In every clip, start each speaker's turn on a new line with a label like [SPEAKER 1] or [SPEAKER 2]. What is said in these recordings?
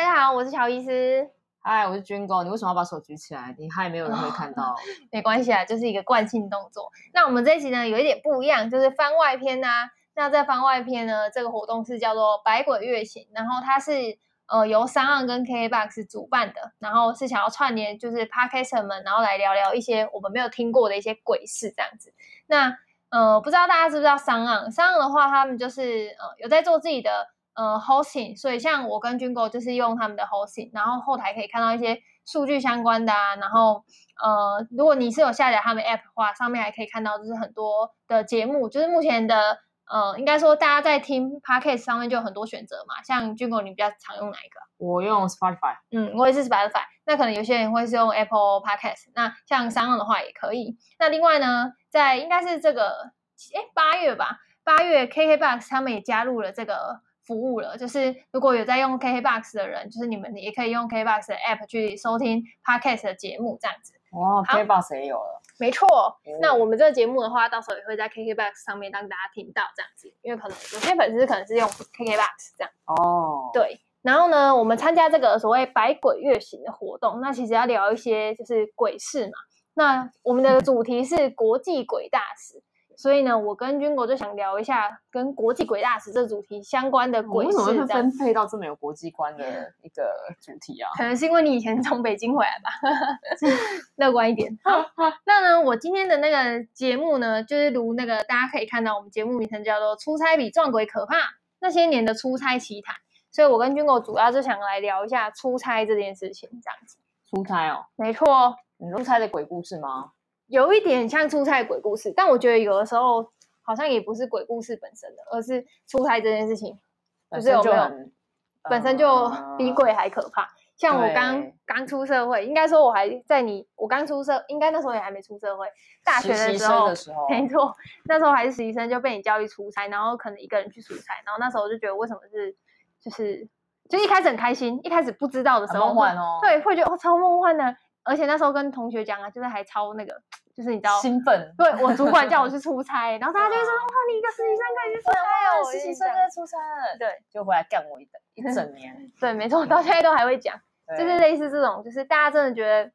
[SPEAKER 1] 好医师，
[SPEAKER 2] 嗨，我是军狗，你为什么要把手举起来？你害没有人会
[SPEAKER 1] 啊
[SPEAKER 2] 看到。
[SPEAKER 1] 没关系啊，就是一个惯性动作。那我们这一集呢有一点不一样，就是番外篇呐、那在番外篇呢，这个活动是叫做“百鬼月行”，然后它是呃由三岸跟 KBox 主办的，然后是想要串联就是 p a r k e s 们，然后来聊聊一些我们没有听过的一些鬼事这样子。那呃，不知道大家知不知道商岸？商岸的话，他们就是呃有在做自己的呃 hosting，所以像我跟军狗就是用他们的 hosting，然后后台可以看到一些数据相关的啊，然后呃，如果你是有下载他们 app 的话，上面还可以看到就是很多的节目，就是目前的呃，应该说大家在听 podcast 上面就有很多选择嘛，像军狗你比较常用哪一个？啊
[SPEAKER 2] 我用 Spotify，
[SPEAKER 1] 嗯，我也是 Spotify。那可能有些人会是用 Apple Podcast，那像商用的话也可以。那另外呢，在应该是这个哎八月吧，八月 KKBox 他们也加入了这个服务了，就是如果有在用 KKBox 的人，就是你们也可以用 KKBox 的 App 去收听 Podcast 的节目这样子。
[SPEAKER 2] 哇哦 k b o x 也有了。
[SPEAKER 1] 没错，那我们这个节目的话，到时候也会在 KKBox 上面让大家听到这样子，因为可能有些粉丝可能是用 KKBox 这样。
[SPEAKER 2] 哦，，
[SPEAKER 1] 对，然后呢，我们参加这个所谓“百鬼月行”的活动，那其实要聊一些就是鬼事嘛。那我们的主题是国际鬼大使，所以呢，我跟军国就想聊一下跟国际鬼大使这主题相关的
[SPEAKER 2] 我
[SPEAKER 1] 鬼
[SPEAKER 2] 哦为
[SPEAKER 1] 事
[SPEAKER 2] 什么会
[SPEAKER 1] 这样
[SPEAKER 2] 分。配到这么有国际观的一个主题啊？
[SPEAKER 1] 可能是因为你以前从北京回来 吧，乐观一点。好，那呢，我今天的那个节目呢，就是如那个大家可以看到，我们节目名称叫做《出差比撞鬼可怕：那些年的出差奇谈》，所以我跟军狗主要就想来聊一下出差这件事情，这样子。
[SPEAKER 2] 出差哦，
[SPEAKER 1] 没错，
[SPEAKER 2] 你说出差的鬼故事吗？
[SPEAKER 1] 有一点像出差的鬼故事，但我觉得有的时候好像也不是鬼故事本身的，而是出差这件事情
[SPEAKER 2] 本
[SPEAKER 1] 就是有
[SPEAKER 2] 身就
[SPEAKER 1] 没有
[SPEAKER 2] 很，呃
[SPEAKER 1] 本身就比
[SPEAKER 2] 鬼。
[SPEAKER 1] 鬼还可怕。像我刚
[SPEAKER 2] 啊对
[SPEAKER 1] 刚出社会，应该说我还在你，我刚出社，应该那时候也还没出社会，大学
[SPEAKER 2] 实
[SPEAKER 1] 的
[SPEAKER 2] 习
[SPEAKER 1] 时
[SPEAKER 2] 生
[SPEAKER 1] 候
[SPEAKER 2] 的，时候，
[SPEAKER 1] 没错，那时候还是实习生就被你叫去出差，然后可能一个人去出差，然后那时候我就觉得为什么是就是就一开始很开心，一开始不知道的时
[SPEAKER 2] 很
[SPEAKER 1] 候
[SPEAKER 2] 梦幻哦，
[SPEAKER 1] 会，对，会觉得哦超梦幻的，而且那时候跟同学讲啊，就是还超那个，就是你知道。
[SPEAKER 2] 兴奋。啊
[SPEAKER 1] 对啊我主管叫我去出差，然后大家就会 说：“哇，哎你一个实习生可以去出差哦！”
[SPEAKER 2] 实习
[SPEAKER 1] 我就
[SPEAKER 2] 生
[SPEAKER 1] 这样
[SPEAKER 2] 在出差了，
[SPEAKER 1] 对
[SPEAKER 2] 就回来干我一整一整 年，
[SPEAKER 1] 对，没错，到现在都还会讲。
[SPEAKER 2] 对
[SPEAKER 1] 就是类似这种，就是大家真的觉得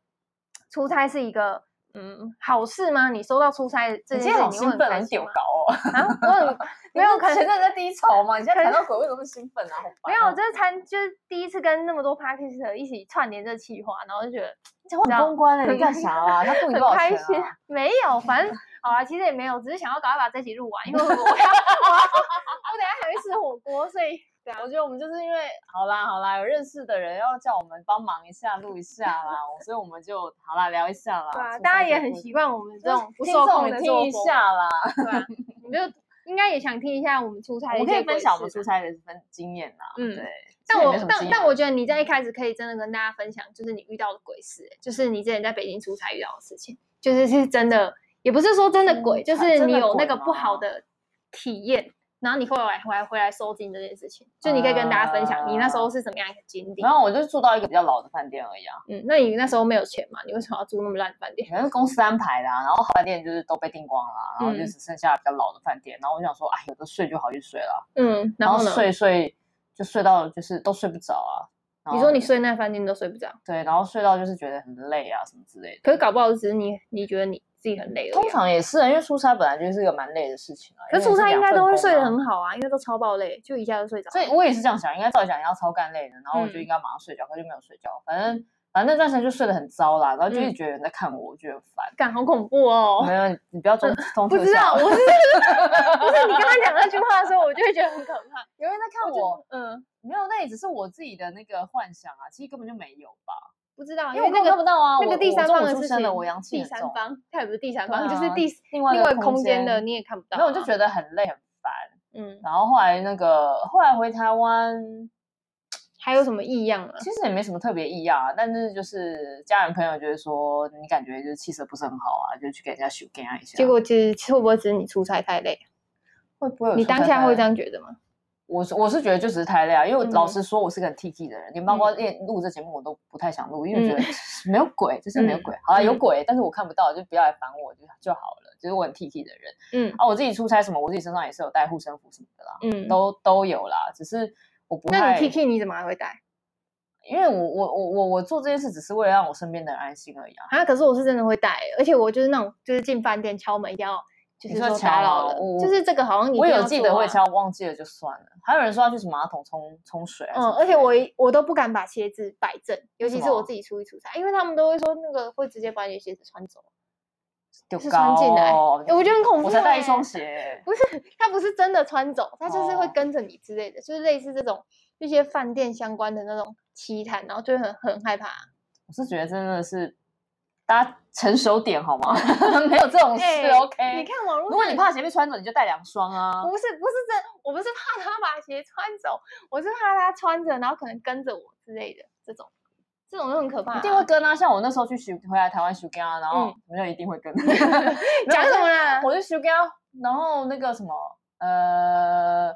[SPEAKER 1] 出差是一个嗯好事吗？你收到出差这
[SPEAKER 2] 你
[SPEAKER 1] 件
[SPEAKER 2] 今
[SPEAKER 1] 事情，
[SPEAKER 2] 天好
[SPEAKER 1] 你会
[SPEAKER 2] 兴
[SPEAKER 1] 很
[SPEAKER 2] 奋，
[SPEAKER 1] 开
[SPEAKER 2] 很
[SPEAKER 1] 心
[SPEAKER 2] 屌
[SPEAKER 1] 吗？
[SPEAKER 2] 搞哦。
[SPEAKER 1] 啊，我很 没有可能
[SPEAKER 2] 前阵子在低潮嘛，你现在
[SPEAKER 1] 可
[SPEAKER 2] 谈
[SPEAKER 1] 能
[SPEAKER 2] 到鬼为什么兴奋啊？好
[SPEAKER 1] 没
[SPEAKER 2] 烦
[SPEAKER 1] 有，
[SPEAKER 2] 哦
[SPEAKER 1] 就是参就是第一次跟那么多 p a r k e r 一起串联这企划，然后就觉得
[SPEAKER 2] 这会很公关欸的，你干啥啦？那付你多
[SPEAKER 1] 很
[SPEAKER 2] 少
[SPEAKER 1] 开
[SPEAKER 2] 钱
[SPEAKER 1] 心
[SPEAKER 2] 啊？。
[SPEAKER 1] 没有，反正好啊，其实也没有，只是想要赶快把这集录完，因 为我我要我要我等下还会吃火锅，所 以
[SPEAKER 2] 对啊，我觉得我们就是因为好啦好啦，有认识的人要叫我们帮忙一下录一下啦， 所以我们就好啦聊一下啦。
[SPEAKER 1] 对啊，
[SPEAKER 2] 出
[SPEAKER 1] 大家
[SPEAKER 2] 差
[SPEAKER 1] 也
[SPEAKER 2] 鬼
[SPEAKER 1] 很
[SPEAKER 2] 故事
[SPEAKER 1] 习惯我们这
[SPEAKER 2] 就是
[SPEAKER 1] 种不
[SPEAKER 2] 听
[SPEAKER 1] 受
[SPEAKER 2] 众
[SPEAKER 1] 控
[SPEAKER 2] 也
[SPEAKER 1] 的
[SPEAKER 2] 听
[SPEAKER 1] 作
[SPEAKER 2] 一
[SPEAKER 1] 风
[SPEAKER 2] 下啦，
[SPEAKER 1] 对啊，你就应该也想听一下我们出差的
[SPEAKER 2] 我
[SPEAKER 1] 一
[SPEAKER 2] 可
[SPEAKER 1] 些
[SPEAKER 2] 以分
[SPEAKER 1] 鬼
[SPEAKER 2] 享我
[SPEAKER 1] 事
[SPEAKER 2] 们
[SPEAKER 1] 吧
[SPEAKER 2] 出差的分经验啦。
[SPEAKER 1] 嗯
[SPEAKER 2] 对，
[SPEAKER 1] 但
[SPEAKER 2] 其实也
[SPEAKER 1] 我
[SPEAKER 2] 没什么
[SPEAKER 1] 但
[SPEAKER 2] 经验
[SPEAKER 1] 但我觉得你在一开始可以真的跟大家分享，就是你遇到的鬼事、欸就是你之前在北京出差遇到的事情，就是是真的，也不是说真的鬼，
[SPEAKER 2] 嗯
[SPEAKER 1] 就
[SPEAKER 2] 真
[SPEAKER 1] 是
[SPEAKER 2] 的
[SPEAKER 1] 你有那
[SPEAKER 2] 鬼
[SPEAKER 1] 个不好
[SPEAKER 2] 吗
[SPEAKER 1] 的体验，然后你后来回来回来收金这件事情，就你可以跟大家分享你那时候是怎么样一个经历。
[SPEAKER 2] 然后我就住到一个比较老的饭店而已啊，
[SPEAKER 1] 嗯，那你那时候没有钱嘛？你为什么要住那么烂的饭店？
[SPEAKER 2] 可能是公司安排的、啊，然后饭店就是都被订光了啊，然后就
[SPEAKER 1] 嗯
[SPEAKER 2] 只剩下比较老的饭店。然后我就想说，哎，有的睡就好去睡了，
[SPEAKER 1] 嗯，然
[SPEAKER 2] 然
[SPEAKER 1] 后
[SPEAKER 2] 后
[SPEAKER 1] 呢？
[SPEAKER 2] 睡睡就睡到就是都睡不着啊。然
[SPEAKER 1] 你
[SPEAKER 2] 后
[SPEAKER 1] 说你睡那饭店都睡不着，
[SPEAKER 2] 对，然后睡到就是觉得很累啊什么之类的。
[SPEAKER 1] 可是搞不好只是你你觉得你自己很累而已啊、
[SPEAKER 2] 通常也是啊，因为出差本来就是个蛮累的事情啊。
[SPEAKER 1] 可
[SPEAKER 2] 因
[SPEAKER 1] 是
[SPEAKER 2] 为
[SPEAKER 1] 出差
[SPEAKER 2] 你是
[SPEAKER 1] 应
[SPEAKER 2] 两
[SPEAKER 1] 该
[SPEAKER 2] 份
[SPEAKER 1] 都会
[SPEAKER 2] 工
[SPEAKER 1] 睡得
[SPEAKER 2] 啊
[SPEAKER 1] 很好啊，因为都超爆累，就一下就睡着了。
[SPEAKER 2] 所以我也是这样想，应该照理讲要超干累的，然后我就
[SPEAKER 1] 嗯
[SPEAKER 2] 应该马上睡觉，可是就没有睡觉。反正反正那段时间就睡得很糟啦，然后就一直
[SPEAKER 1] 嗯
[SPEAKER 2] 觉得有人在看我，我觉得很烦。
[SPEAKER 1] 感好恐怖哦！
[SPEAKER 2] 没有，你不要装装
[SPEAKER 1] 不
[SPEAKER 2] 特
[SPEAKER 1] 知道，
[SPEAKER 2] 效
[SPEAKER 1] 我是 不是你刚刚讲那句话的时候，我就会觉得很可怕。
[SPEAKER 2] 有人在看
[SPEAKER 1] 就
[SPEAKER 2] 我，
[SPEAKER 1] 嗯，
[SPEAKER 2] 没有，那也只是我自己的那个幻想啊，其实根本就没有吧，
[SPEAKER 1] 不知道，
[SPEAKER 2] 因
[SPEAKER 1] 因
[SPEAKER 2] 为
[SPEAKER 1] 为
[SPEAKER 2] 我
[SPEAKER 1] 那
[SPEAKER 2] 根本看不
[SPEAKER 1] 个
[SPEAKER 2] 到啊，
[SPEAKER 1] 那
[SPEAKER 2] 我
[SPEAKER 1] 个第三方
[SPEAKER 2] 我
[SPEAKER 1] 的
[SPEAKER 2] 中午
[SPEAKER 1] 事
[SPEAKER 2] 出生
[SPEAKER 1] 情
[SPEAKER 2] 的，我阳，气
[SPEAKER 1] 第
[SPEAKER 2] 很
[SPEAKER 1] 三
[SPEAKER 2] 重，
[SPEAKER 1] 方，它也不是第三
[SPEAKER 2] 对
[SPEAKER 1] 方，就是
[SPEAKER 2] 啊
[SPEAKER 1] 第
[SPEAKER 2] 另外一
[SPEAKER 1] 另
[SPEAKER 2] 个
[SPEAKER 1] 外空间
[SPEAKER 2] 间
[SPEAKER 1] 的，你也看不到啊。
[SPEAKER 2] 没有，我就觉得很累很烦。
[SPEAKER 1] 嗯，
[SPEAKER 2] 然后后来那个后来回台湾，
[SPEAKER 1] 还有什么异样啊？
[SPEAKER 2] 其实也没什么特别异样啊，但是就是家人朋友觉得说你感觉就是气色不是很好啊，就去给人家修给他一下。
[SPEAKER 1] 结果其实会不会只是你出差太累？
[SPEAKER 2] 会不会有
[SPEAKER 1] 你
[SPEAKER 2] 出差
[SPEAKER 1] 当下会
[SPEAKER 2] 太
[SPEAKER 1] 这样觉得吗？
[SPEAKER 2] 我是我是觉得就只是太累啊，因为我老
[SPEAKER 1] 嗯
[SPEAKER 2] 实说，我是个很 T T 的人，连包括练录这节目我都不太想录，因为我觉得 没有鬼，就是没有鬼。好了，有
[SPEAKER 1] 嗯
[SPEAKER 2] 鬼，但是我看不到，就不要来烦我就就好了。就是我很 T T 的人
[SPEAKER 1] 嗯
[SPEAKER 2] 啊，我自己出差什么，我自己身上也是有带护身符什么的啦，
[SPEAKER 1] 嗯，
[SPEAKER 2] 都都有啦，只是我不
[SPEAKER 1] 那
[SPEAKER 2] 太
[SPEAKER 1] 你 T K 你怎么还会带？
[SPEAKER 2] 因为我我我我我做这件事只是为了让我身边的人安心而已啊。
[SPEAKER 1] 啊，可是我是真的会带，而且我就是那种就是进饭店敲门一定要就是
[SPEAKER 2] 你说
[SPEAKER 1] 说哦
[SPEAKER 2] 敲
[SPEAKER 1] 打扰
[SPEAKER 2] 啊
[SPEAKER 1] 了
[SPEAKER 2] 我，
[SPEAKER 1] 就是这个好像你一
[SPEAKER 2] 我
[SPEAKER 1] 定
[SPEAKER 2] 有
[SPEAKER 1] 要
[SPEAKER 2] 记
[SPEAKER 1] 做
[SPEAKER 2] 得会
[SPEAKER 1] 啊，
[SPEAKER 2] 敲，忘记了就算了。还有人说要去什么马桶冲冲水啊什
[SPEAKER 1] 嗯，
[SPEAKER 2] 么之
[SPEAKER 1] 而
[SPEAKER 2] 类的，
[SPEAKER 1] 且我一我都不敢把鞋子摆正，尤其
[SPEAKER 2] 什
[SPEAKER 1] 是我
[SPEAKER 2] 么
[SPEAKER 1] 自己出去出差，因为他们都会说那个会直接把你的鞋子穿走，
[SPEAKER 2] 丢
[SPEAKER 1] 是穿进来
[SPEAKER 2] 高哦
[SPEAKER 1] 哎我觉得很恐怖、
[SPEAKER 2] 嗯我才带一双，鞋，
[SPEAKER 1] 不是，他不是真的穿走，他就是会
[SPEAKER 2] 哦
[SPEAKER 1] 跟着你之类的，就是类似这种一些饭店相关的那种奇谈，然后就会很很害怕。
[SPEAKER 2] 我是觉得真的是大家成熟点好吗？ 没有这种事、
[SPEAKER 1] 哎
[SPEAKER 2] OK。
[SPEAKER 1] 你，看网络，
[SPEAKER 2] 如果你。怕鞋被穿走，你就带两双啊。
[SPEAKER 1] 不是不是这，我不是怕他把鞋穿走，我是怕他穿着，然后可能跟着我之类的这种，这种就很可怕、啊。
[SPEAKER 2] 一定会跟啊，像我那时候去徐回来台湾徐家，然后我就一定会跟。
[SPEAKER 1] 嗯 讲什么啦？
[SPEAKER 2] 我去徐家，然后那个什么，呃，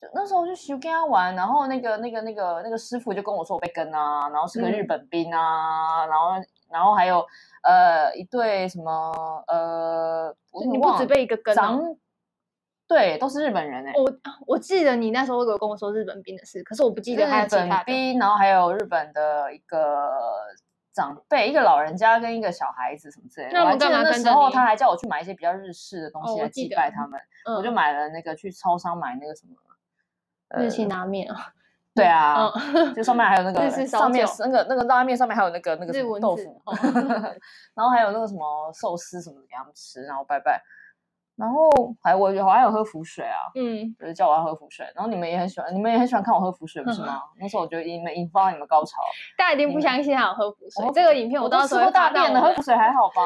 [SPEAKER 2] 就那时候去徐家玩，然后那个那个那个那个师傅就跟我说我被跟啊，然后是个日
[SPEAKER 1] 嗯
[SPEAKER 2] 本兵啊，然后然后还有呃一对什么呃，我
[SPEAKER 1] 你
[SPEAKER 2] 忘
[SPEAKER 1] 不只
[SPEAKER 2] 了
[SPEAKER 1] 被一个跟、
[SPEAKER 2] 长
[SPEAKER 1] 哦，
[SPEAKER 2] 对都是日本人哎、
[SPEAKER 1] 我我记得你那时候有跟我说日本兵的事，可是我不记得还有
[SPEAKER 2] 日
[SPEAKER 1] 其他
[SPEAKER 2] 本
[SPEAKER 1] 的。
[SPEAKER 2] 兵，然后还有日本的一个长辈，一个老人家跟一个小孩子什么之类的。
[SPEAKER 1] 那
[SPEAKER 2] 我
[SPEAKER 1] 我
[SPEAKER 2] 还
[SPEAKER 1] 们
[SPEAKER 2] 记
[SPEAKER 1] 干
[SPEAKER 2] 得
[SPEAKER 1] 嘛
[SPEAKER 2] 那
[SPEAKER 1] 跟
[SPEAKER 2] 时
[SPEAKER 1] 着
[SPEAKER 2] 候
[SPEAKER 1] 你
[SPEAKER 2] 他还叫我去买一些比较日式的东
[SPEAKER 1] 哦
[SPEAKER 2] 西
[SPEAKER 1] 我
[SPEAKER 2] 来
[SPEAKER 1] 记
[SPEAKER 2] 祭
[SPEAKER 1] 得
[SPEAKER 2] 拜他们，
[SPEAKER 1] 嗯
[SPEAKER 2] 我就买了那个去超商买那个什么，
[SPEAKER 1] 日清拉面啊，
[SPEAKER 2] 对啊，
[SPEAKER 1] 嗯，
[SPEAKER 2] 就上面还有那
[SPEAKER 1] 日
[SPEAKER 2] 个
[SPEAKER 1] 式烧
[SPEAKER 2] 上面
[SPEAKER 1] 酒
[SPEAKER 2] 那个那个拉面上面还有那个那个什
[SPEAKER 1] 日
[SPEAKER 2] 么
[SPEAKER 1] 文
[SPEAKER 2] 豆
[SPEAKER 1] 字
[SPEAKER 2] 腐
[SPEAKER 1] 哦，
[SPEAKER 2] 然后还有那个什么寿司什么的给他们吃，然后拜拜，然后还我我还有喝浮水啊，
[SPEAKER 1] 嗯，
[SPEAKER 2] 就是叫我要喝浮水，然后你们也很喜欢，你们也很喜欢看我喝浮水，不是
[SPEAKER 1] 嗯
[SPEAKER 2] 吗？那时候我就引引发你们高潮。
[SPEAKER 1] 大家一定不
[SPEAKER 2] 嗯
[SPEAKER 1] 相信他有喝补水
[SPEAKER 2] 我，
[SPEAKER 1] 这个影片
[SPEAKER 2] 我
[SPEAKER 1] 我
[SPEAKER 2] 都
[SPEAKER 1] 到
[SPEAKER 2] 吃
[SPEAKER 1] 时
[SPEAKER 2] 过
[SPEAKER 1] 候
[SPEAKER 2] 大便的，喝
[SPEAKER 1] 补
[SPEAKER 2] 浮水还好吧？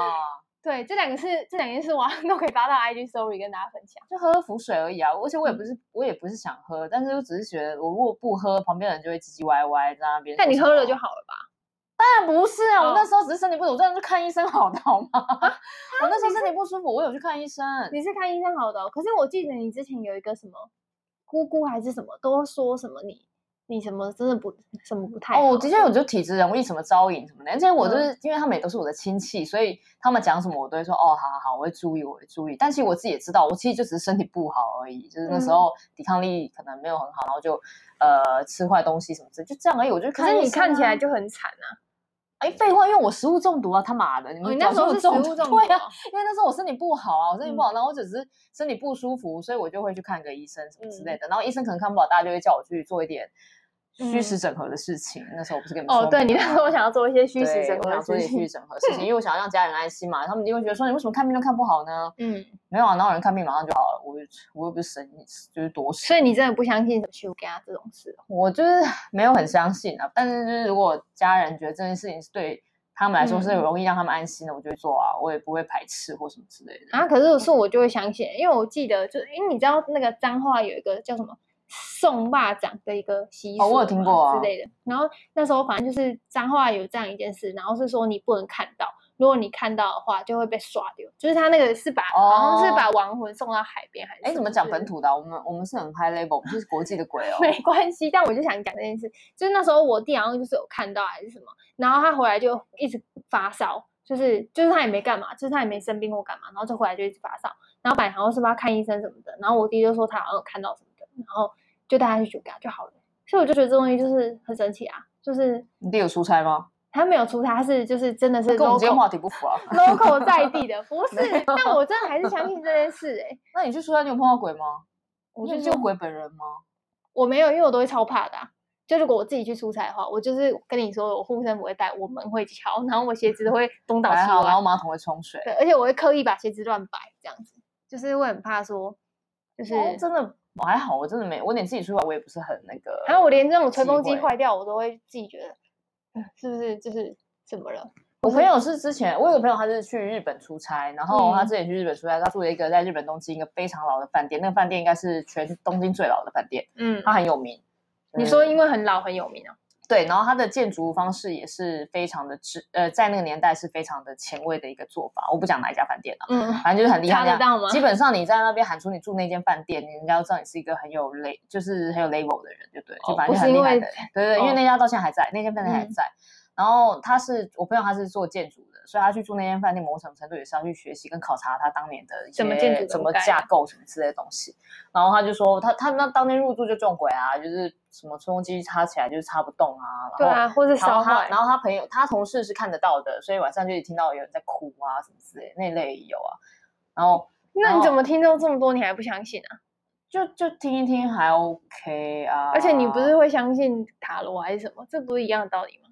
[SPEAKER 1] 对，这两个是这两件事，我 都可以发到 IG story 跟大家分享。
[SPEAKER 2] 就喝浮水而已啊，而且我也不是
[SPEAKER 1] 嗯
[SPEAKER 2] 我也不是想喝，但是我只是觉得我如果不喝，旁边的人就会唧唧歪歪在那边说
[SPEAKER 1] 但
[SPEAKER 2] 什么。
[SPEAKER 1] 你喝了就好了吧？
[SPEAKER 2] 当然不是啊，我
[SPEAKER 1] 哦啊
[SPEAKER 2] 那时候只是身体不舒服，我真的去看医生好的好吗？ 我那时候身体不舒服，我有去看医生。
[SPEAKER 1] 你是看医生好的哦、可是我记得你之前有一个什么姑姑还是什么，都说什么你你什么真的不什么不太
[SPEAKER 2] 哦，
[SPEAKER 1] 好嗯
[SPEAKER 2] 我的确有就体质人，我一什么招引什么的，而且我就是、因为他们也都是我的亲戚，所以他们讲什么我都会说哦，好好好，我会注意，我会注意。但其实我自己也知道，我其实就只是身体不好而已，就是那时
[SPEAKER 1] 嗯
[SPEAKER 2] 候抵抗力可能没有很好，然后就呃吃坏东西什么之类，就这样而已。我就去
[SPEAKER 1] 可
[SPEAKER 2] 看、
[SPEAKER 1] 是你看起来就很惨啊！
[SPEAKER 2] 哎，废话，因为我食物中毒啊，他妈的！你
[SPEAKER 1] 哦
[SPEAKER 2] 们
[SPEAKER 1] 你那
[SPEAKER 2] 早
[SPEAKER 1] 时候
[SPEAKER 2] 说
[SPEAKER 1] 是食
[SPEAKER 2] 中
[SPEAKER 1] 物中毒
[SPEAKER 2] 对啊，
[SPEAKER 1] 哦，
[SPEAKER 2] 因为那时候我身体不好啊，我身体不好，
[SPEAKER 1] 嗯
[SPEAKER 2] 然后我只是身体不舒服，所以我就会去看个医生什么
[SPEAKER 1] 嗯
[SPEAKER 2] 之类的。然后医生可能看不好，大家就会叫我去做一点虚实整合的事情。那时候我不是跟你们说
[SPEAKER 1] 嗯哦，
[SPEAKER 2] 吗
[SPEAKER 1] 对你那时候想要做一些虚实
[SPEAKER 2] 对
[SPEAKER 1] 整
[SPEAKER 2] 我
[SPEAKER 1] 合
[SPEAKER 2] 想
[SPEAKER 1] 的
[SPEAKER 2] 做一
[SPEAKER 1] 事
[SPEAKER 2] 点虚
[SPEAKER 1] 情
[SPEAKER 2] 实，整合的事情，因为我想要让家人安心嘛。他们就会觉得说，你为什么看病都看不好呢？
[SPEAKER 1] 嗯，
[SPEAKER 2] 没有啊，哪有人看病马上就好了？我又我又不是神，就是多神。
[SPEAKER 1] 所以你真的不相信什么修家这种事哦？
[SPEAKER 2] 我就是没有很相信啊，但是就是如果家人觉得这件事情是对他们来说是
[SPEAKER 1] 嗯
[SPEAKER 2] 容易让他们安心的，我就会做啊，我也不会排斥或什么之类的。
[SPEAKER 1] 啊，可是是我就会相信，因为我记得就是因为你知道那个彰化有一个叫什么送霸掌的一个习俗
[SPEAKER 2] 哦
[SPEAKER 1] 嘛、
[SPEAKER 2] 我有听过啊
[SPEAKER 1] 之类的。然后那时候反正就是彰化有这样一件事，然后是说你不能看到，如果你看到的话就会被刷掉，就是他那个是把、好像是把亡魂送到海边还是什？。
[SPEAKER 2] 哎，哦怎么讲本？土的啊、我们我们是很 high level，我们是国际的鬼哦
[SPEAKER 1] 没关系，但我就想讲这件事，就是那时候我弟好像就是有看到还是什么，然后他回来就一直发烧，就是就是他也没干嘛，就是他也没生病或干嘛，然后就回来就一直发烧，然后本来好像是不是要看医生什么的，然后我弟就说他好像有看到什么的，然后就带他去酒家就好了，所以我就觉得这东西就是很神奇啊，就是
[SPEAKER 2] 你弟有出差吗？
[SPEAKER 1] 他没有出差，他是就是真的是
[SPEAKER 2] 跟我们今天
[SPEAKER 1] local
[SPEAKER 2] 话题不符啊。
[SPEAKER 1] local 在地的，不是
[SPEAKER 2] 没有，
[SPEAKER 1] 但我真的还是相信这件事哎、
[SPEAKER 2] 那你去出差，你有碰到鬼吗？
[SPEAKER 1] 我
[SPEAKER 2] 你有
[SPEAKER 1] 就
[SPEAKER 2] 见
[SPEAKER 1] 是
[SPEAKER 2] 过鬼本人吗？
[SPEAKER 1] 我没有，因为我都会超怕的啊、就如果我自己去出差的话，我就是跟你说，我护身符会带，我门会敲，然后我鞋子都会东倒
[SPEAKER 2] 还
[SPEAKER 1] 西
[SPEAKER 2] 好，然后啊
[SPEAKER 1] 歪，
[SPEAKER 2] 马桶会冲水。
[SPEAKER 1] 对，而且我会刻意把鞋子乱摆，这样子，就是会很怕说，就是，
[SPEAKER 2] 哦真的，我还好，我真的没，我连自己出来，我也不是很那个。
[SPEAKER 1] 啊然后我连那种吹
[SPEAKER 2] 机
[SPEAKER 1] 风机
[SPEAKER 2] 会
[SPEAKER 1] 坏掉，我都会自己觉得，嗯，是不是就是怎么了？
[SPEAKER 2] 我朋友是之前，我有个朋友，他是去日本出差，然后他
[SPEAKER 1] 嗯
[SPEAKER 2] 之前去日本出差，他住了一个在日本东京一个非常老的饭店，那个饭店应该是全东京最老的饭店，
[SPEAKER 1] 嗯
[SPEAKER 2] 它很有名。
[SPEAKER 1] 你说
[SPEAKER 2] 嗯
[SPEAKER 1] 因为很老很有名啊，
[SPEAKER 2] 对，然后它的建筑方式也是非常的之，呃，在那个年代是非常的前卫的一个做法。我不讲哪一家饭店了、
[SPEAKER 1] 嗯，
[SPEAKER 2] 反正就是很厉
[SPEAKER 1] 查
[SPEAKER 2] 害
[SPEAKER 1] 得
[SPEAKER 2] 这样
[SPEAKER 1] 到吗
[SPEAKER 2] 基本上你在那边喊出你住那间饭店，人家都知道你是一个很有 l 就是很有 label 的人，就对，就
[SPEAKER 1] 哦
[SPEAKER 2] 反
[SPEAKER 1] 不
[SPEAKER 2] 正就是很厉
[SPEAKER 1] 因
[SPEAKER 2] 害
[SPEAKER 1] 为
[SPEAKER 2] 的人。对对，因为
[SPEAKER 1] 哦
[SPEAKER 2] 那家到现在还在，那间饭店还
[SPEAKER 1] 嗯
[SPEAKER 2] 在。然后他是我朋友，他是做建筑的，的，所以他去住那间饭店，某种程度也是要去学习跟考察他当年的一些
[SPEAKER 1] 怎么建筑
[SPEAKER 2] 怎
[SPEAKER 1] 怎
[SPEAKER 2] 么
[SPEAKER 1] 么啊盖
[SPEAKER 2] 架构什么之类的东西。然后他就说，他他那当天入住就撞鬼啊，就是什么吹风机插起来就是插不动啊，
[SPEAKER 1] 对
[SPEAKER 2] 然后
[SPEAKER 1] 啊，或是
[SPEAKER 2] 然
[SPEAKER 1] 烧
[SPEAKER 2] 后他，
[SPEAKER 1] 坏
[SPEAKER 2] 然，后他朋友，他同事是看得到的，所以晚上就听到有人在哭啊什么之类的，那类也有啊。然后
[SPEAKER 1] 那你怎么听到这么多你还不相信啊？
[SPEAKER 2] 就就听一听还 OK 啊，
[SPEAKER 1] 而且你不是会相信塔罗还是什么？这不是一样的道理吗？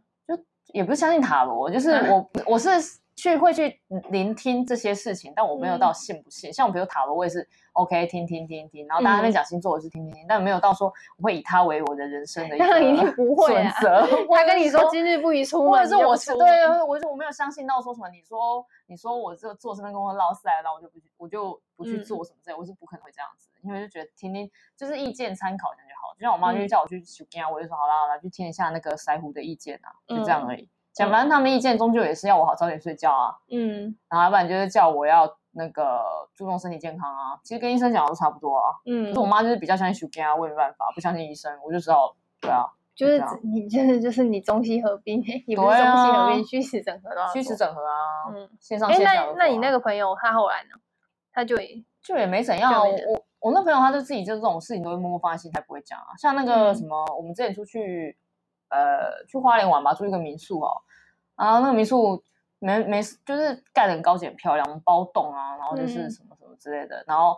[SPEAKER 2] 也不是相信塔罗，就是
[SPEAKER 1] 嗯
[SPEAKER 2] 我、我是去会去聆听这些事情，但我没有
[SPEAKER 1] 嗯
[SPEAKER 2] 到信不信。像我比如塔罗，我也是 OK 听听听听，然后
[SPEAKER 1] 嗯
[SPEAKER 2] 大家在那边讲星座，我是听听听，但没有到说我会以它为我的人 生的一个
[SPEAKER 1] 当然一定不会
[SPEAKER 2] 准
[SPEAKER 1] 啊
[SPEAKER 2] 则。或
[SPEAKER 1] 他
[SPEAKER 2] 者
[SPEAKER 1] 跟
[SPEAKER 2] 是
[SPEAKER 1] 你说今日不宜出门，
[SPEAKER 2] 或者是
[SPEAKER 1] 你就
[SPEAKER 2] 我
[SPEAKER 1] 不
[SPEAKER 2] 是
[SPEAKER 1] 出
[SPEAKER 2] 对
[SPEAKER 1] 门，
[SPEAKER 2] 我就我没有相信到说什么，你说你说我这做这边跟我唠塞，然后我就不去，我就不去
[SPEAKER 1] 嗯
[SPEAKER 2] 做什么之类，我是不可能会这样子，因为就觉得听听就是意见参考一下就好。就像我妈就
[SPEAKER 1] 嗯
[SPEAKER 2] 叫我去取经啊，我就说好啦好啦，去听一下那个腮胡的意见啊，就这样
[SPEAKER 1] 嗯
[SPEAKER 2] 而已。讲反正他们意见终究也是要我好早点睡觉啊，
[SPEAKER 1] 嗯
[SPEAKER 2] 然后要不然就是叫我要那个注重身体健康啊。其实跟医生讲的都差不多啊，可
[SPEAKER 1] 嗯
[SPEAKER 2] 是，我妈就是比较相信取经啊，我也没办法，不相信医生，我就知道对啊，
[SPEAKER 1] 就是
[SPEAKER 2] 这样
[SPEAKER 1] 你就是就是你中西合并，也不是
[SPEAKER 2] 对
[SPEAKER 1] 中西
[SPEAKER 2] 啊
[SPEAKER 1] 合并，虚实整合都要
[SPEAKER 2] 虚实
[SPEAKER 1] 做
[SPEAKER 2] 整合啊，
[SPEAKER 1] 嗯，
[SPEAKER 2] 线上
[SPEAKER 1] 哎，
[SPEAKER 2] 线下
[SPEAKER 1] 那
[SPEAKER 2] 都
[SPEAKER 1] 那
[SPEAKER 2] 做
[SPEAKER 1] 你
[SPEAKER 2] 啊
[SPEAKER 1] 那个朋友他后来呢？他就也
[SPEAKER 2] 就也没怎样啊。
[SPEAKER 1] 就
[SPEAKER 2] 我
[SPEAKER 1] 也没怎
[SPEAKER 2] 我我那朋友他就自己就这种事情都会默默放在心，他不会讲啊。像那个
[SPEAKER 1] 嗯
[SPEAKER 2] 什么，我们之前出去呃去花莲玩吧，住一个民宿哦，然后那个民宿没没就是盖的很高级很漂亮，我们包栋啊，然后就是
[SPEAKER 1] 嗯
[SPEAKER 2] 什么什么之类的，然后。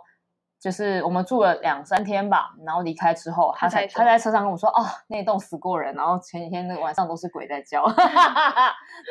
[SPEAKER 2] 就是我们住了两三天吧，然后离开之后，他
[SPEAKER 1] 他
[SPEAKER 2] 才
[SPEAKER 1] 才说
[SPEAKER 2] 他在车上跟我说，哦，那栋死过人，然后前几天那个晚上都是鬼在叫，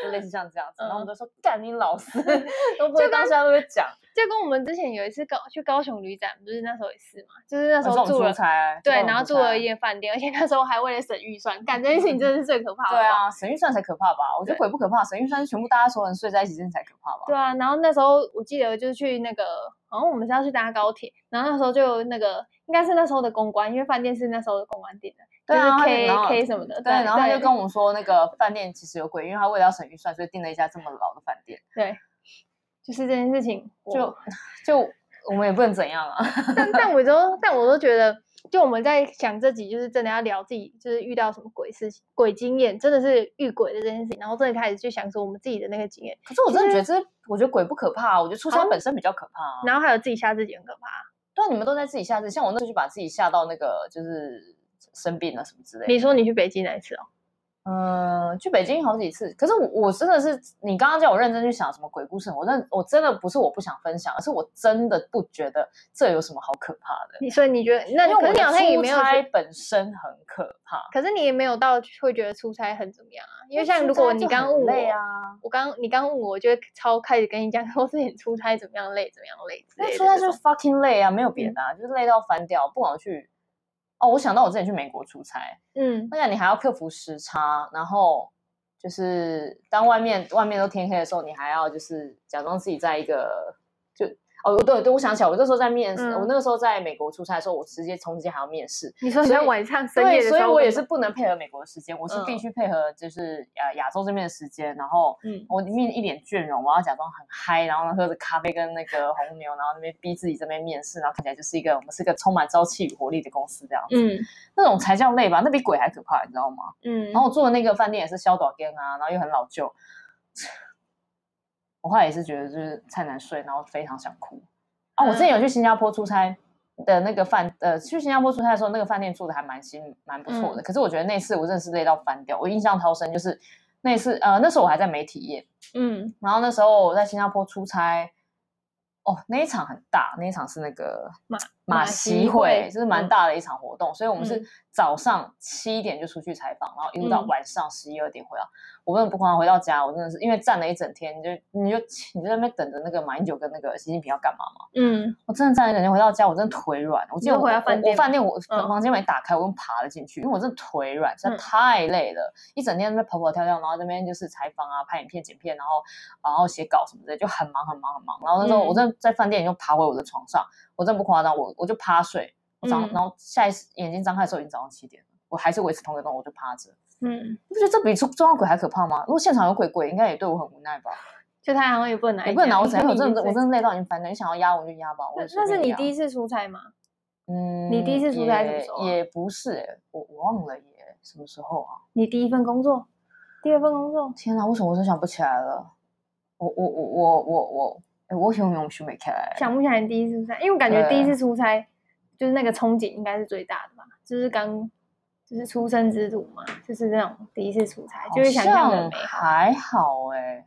[SPEAKER 2] 就类似像这样子，然后我们就说，干你老师，嗯 都不会
[SPEAKER 1] 就跟
[SPEAKER 2] 当下都会讲，
[SPEAKER 1] 就跟我们之前有一次高去高雄旅展，不是那时候也是嘛，就是那时
[SPEAKER 2] 那时候
[SPEAKER 1] 候
[SPEAKER 2] 我们
[SPEAKER 1] 住
[SPEAKER 2] 哦出
[SPEAKER 1] 了
[SPEAKER 2] 差，
[SPEAKER 1] 对
[SPEAKER 2] 那时候我，们
[SPEAKER 1] 然后
[SPEAKER 2] 出
[SPEAKER 1] 住了
[SPEAKER 2] 差
[SPEAKER 1] 一间饭店，而且那时候还为了省预算，干这件事情真的是最可怕的。
[SPEAKER 2] 对啊，神预算才可怕吧？我觉得
[SPEAKER 1] 对
[SPEAKER 2] 鬼不可怕，神预算是全部大家所有人睡在一起，真的才可怕吧？
[SPEAKER 1] 对啊，然后那时候我记得就去那个，好像我们是要去搭高铁，然后那时候就有那个应该是那时候的公关，因为饭店是那时候的公关订的，
[SPEAKER 2] 对啊
[SPEAKER 1] 就是 K
[SPEAKER 2] 然后
[SPEAKER 1] K 什么的，
[SPEAKER 2] 对，啊然后他就跟
[SPEAKER 1] 我
[SPEAKER 2] 我们说，那个饭店其实有鬼，因为他为了要省预算，所以订了一家这么老的饭店。
[SPEAKER 1] 对，就是这件事情我，
[SPEAKER 2] 就就我们也不能怎样啊，
[SPEAKER 1] 但但我都但我都觉得，就我们在想这集，就是真的要聊自己，就是遇到什么鬼事情、鬼经验，真的是遇鬼的这件事情，然后真的开始去想说我们自己的那个经验，
[SPEAKER 2] 可是我真的觉得这，我觉得鬼不可怕，啊我觉得出差
[SPEAKER 1] 好
[SPEAKER 2] 本身比较可怕啊。
[SPEAKER 1] 然后还有自己吓自己很可怕。
[SPEAKER 2] 对啊，你们都在自己吓自己，像我那时候就把自己吓到那个就是生病了什么之类的。
[SPEAKER 1] 你说你去北京那一次哦，
[SPEAKER 2] 嗯，去北京好几次，可是我我真的是，你刚刚叫我认真去想什么鬼故事，我真的我真的不是我不想分享，而是我真的不觉得这有什么好可怕的。
[SPEAKER 1] 你所以你觉得那
[SPEAKER 2] 因为
[SPEAKER 1] 可
[SPEAKER 2] 我
[SPEAKER 1] 是你好像也
[SPEAKER 2] 的
[SPEAKER 1] 没
[SPEAKER 2] 出
[SPEAKER 1] 有去
[SPEAKER 2] 差本身很可怕，
[SPEAKER 1] 可是你也没有到会觉得出差很怎么样啊？因为像
[SPEAKER 2] 出
[SPEAKER 1] 如果
[SPEAKER 2] 差
[SPEAKER 1] 你
[SPEAKER 2] 就
[SPEAKER 1] 刚
[SPEAKER 2] 很
[SPEAKER 1] 问
[SPEAKER 2] 累
[SPEAKER 1] 我，
[SPEAKER 2] 啊，
[SPEAKER 1] 我刚你刚问我，我就会超开始跟你讲说自 己出差怎么样累，怎么样累之
[SPEAKER 2] 因为
[SPEAKER 1] 类
[SPEAKER 2] 出
[SPEAKER 1] 的
[SPEAKER 2] 差
[SPEAKER 1] 那
[SPEAKER 2] 就
[SPEAKER 1] 种。嗯
[SPEAKER 2] 是 fucking 累啊，没有别的啊，就是累到翻掉，不管我去。哦，我想到我之前去美国出差，
[SPEAKER 1] 嗯
[SPEAKER 2] 那你还要克服时差，然后就是当外面外面都天黑的时候，你还要就是假装自己在一个就哦对对，我想起来，我那时候在面试，
[SPEAKER 1] 嗯
[SPEAKER 2] 我那个时候在美国出差的时候，我直接从直接还要面试，
[SPEAKER 1] 你说你
[SPEAKER 2] 所
[SPEAKER 1] 在
[SPEAKER 2] 以
[SPEAKER 1] 晚上深夜
[SPEAKER 2] 对，
[SPEAKER 1] 的时候
[SPEAKER 2] 所以
[SPEAKER 1] 干嘛，
[SPEAKER 2] 我也是不能配合美国的时间，我是必
[SPEAKER 1] 嗯
[SPEAKER 2] 须配合就是呃亚洲这边的时间，然后
[SPEAKER 1] 嗯
[SPEAKER 2] 我里面一脸倦容，我要假装很嗨，然后呢喝着咖啡跟那个红牛，然后那边逼自己这边面试，然后看起来就是一个我们是个充满朝气与活力的公司这样子，
[SPEAKER 1] 嗯
[SPEAKER 2] 那种才叫累吧，那比鬼还可怕，你知道吗？
[SPEAKER 1] 嗯，
[SPEAKER 2] 然后我住的那个饭店也是小短间啊，然后又很老旧。我后来也是觉得就是太难睡，然后非常想哭啊！我之前有去新加坡出差的那个饭，呃，去新加坡出差的时候，那个饭店住的还蛮新蛮不错的。可是我觉得那次我真的是累到翻掉，我印象超深，就是那次呃那时候我还在媒体业，
[SPEAKER 1] 嗯
[SPEAKER 2] 然后那时候我在新加坡出差，哦，那一场很大，那一场是那个
[SPEAKER 1] 马
[SPEAKER 2] 马
[SPEAKER 1] 马
[SPEAKER 2] 习
[SPEAKER 1] 习
[SPEAKER 2] 会，
[SPEAKER 1] 会
[SPEAKER 2] 就是蛮
[SPEAKER 1] 嗯
[SPEAKER 2] 大的一场活动，所以我们是
[SPEAKER 1] 嗯
[SPEAKER 2] 早上七点就出去采访，然后一路到
[SPEAKER 1] 嗯
[SPEAKER 2] 晚上十一二点回来。我真的不夸张，回到家我真的是因为站了一整天，你就你就你就在那边等着那个马英九跟那个习近平要干嘛嘛，
[SPEAKER 1] 嗯，
[SPEAKER 2] 我真的站了一整天，回到家我真的腿软。我记得
[SPEAKER 1] 你
[SPEAKER 2] 我
[SPEAKER 1] 又回到
[SPEAKER 2] 我
[SPEAKER 1] 饭
[SPEAKER 2] 我
[SPEAKER 1] 店
[SPEAKER 2] 饭
[SPEAKER 1] 吗
[SPEAKER 2] 店我
[SPEAKER 1] 嗯
[SPEAKER 2] 房间门一打开，我又爬了进去，因为我真的腿软，实在
[SPEAKER 1] 嗯
[SPEAKER 2] 太累了，一整天在那边跑跑跳跳，然后这边就是采访啊、拍影片、剪片，然后然后写稿什么的，就很忙很忙很忙。然后那时
[SPEAKER 1] 嗯
[SPEAKER 2] 候我真的在饭店就爬回我的床上，我真的不夸张，我我就趴睡，我早上
[SPEAKER 1] 嗯
[SPEAKER 2] 然后下一次眼睛张开的时候已经早上七点了，我还是维持同一个动作，我就趴着。
[SPEAKER 1] 嗯，
[SPEAKER 2] 你不觉得这比中中央鬼还可怕吗？如果现场有鬼鬼，应该也对我很无奈吧？
[SPEAKER 1] 就他好像也不能拿
[SPEAKER 2] 也
[SPEAKER 1] 你
[SPEAKER 2] 不能
[SPEAKER 1] 这
[SPEAKER 2] 拿
[SPEAKER 1] 样
[SPEAKER 2] 我怎样，因为我真的我
[SPEAKER 1] 你
[SPEAKER 2] 真的累到已经烦了，你想要压我就压吧。我
[SPEAKER 1] 那
[SPEAKER 2] 也随
[SPEAKER 1] 那是
[SPEAKER 2] 便
[SPEAKER 1] 你
[SPEAKER 2] 压
[SPEAKER 1] 第一次出差吗？
[SPEAKER 2] 嗯，
[SPEAKER 1] 你第一次出差什么
[SPEAKER 2] 也
[SPEAKER 1] 时候啊
[SPEAKER 2] 也不是、欸，我我忘了耶，什么时候啊？
[SPEAKER 1] 你第一份工作，第二份工作，
[SPEAKER 2] 天哪，为什么我真想不起来了？我我我我我我，哎我游泳去没开来，
[SPEAKER 1] 想不起来你第一次出差，因为我感觉
[SPEAKER 2] 对
[SPEAKER 1] 第一次出差就是那个憧憬应该是最大的吧，就是刚就是出生之犊嘛，就是那种第一次出差，就会想象的
[SPEAKER 2] 好像
[SPEAKER 1] 美好。
[SPEAKER 2] 还好哎、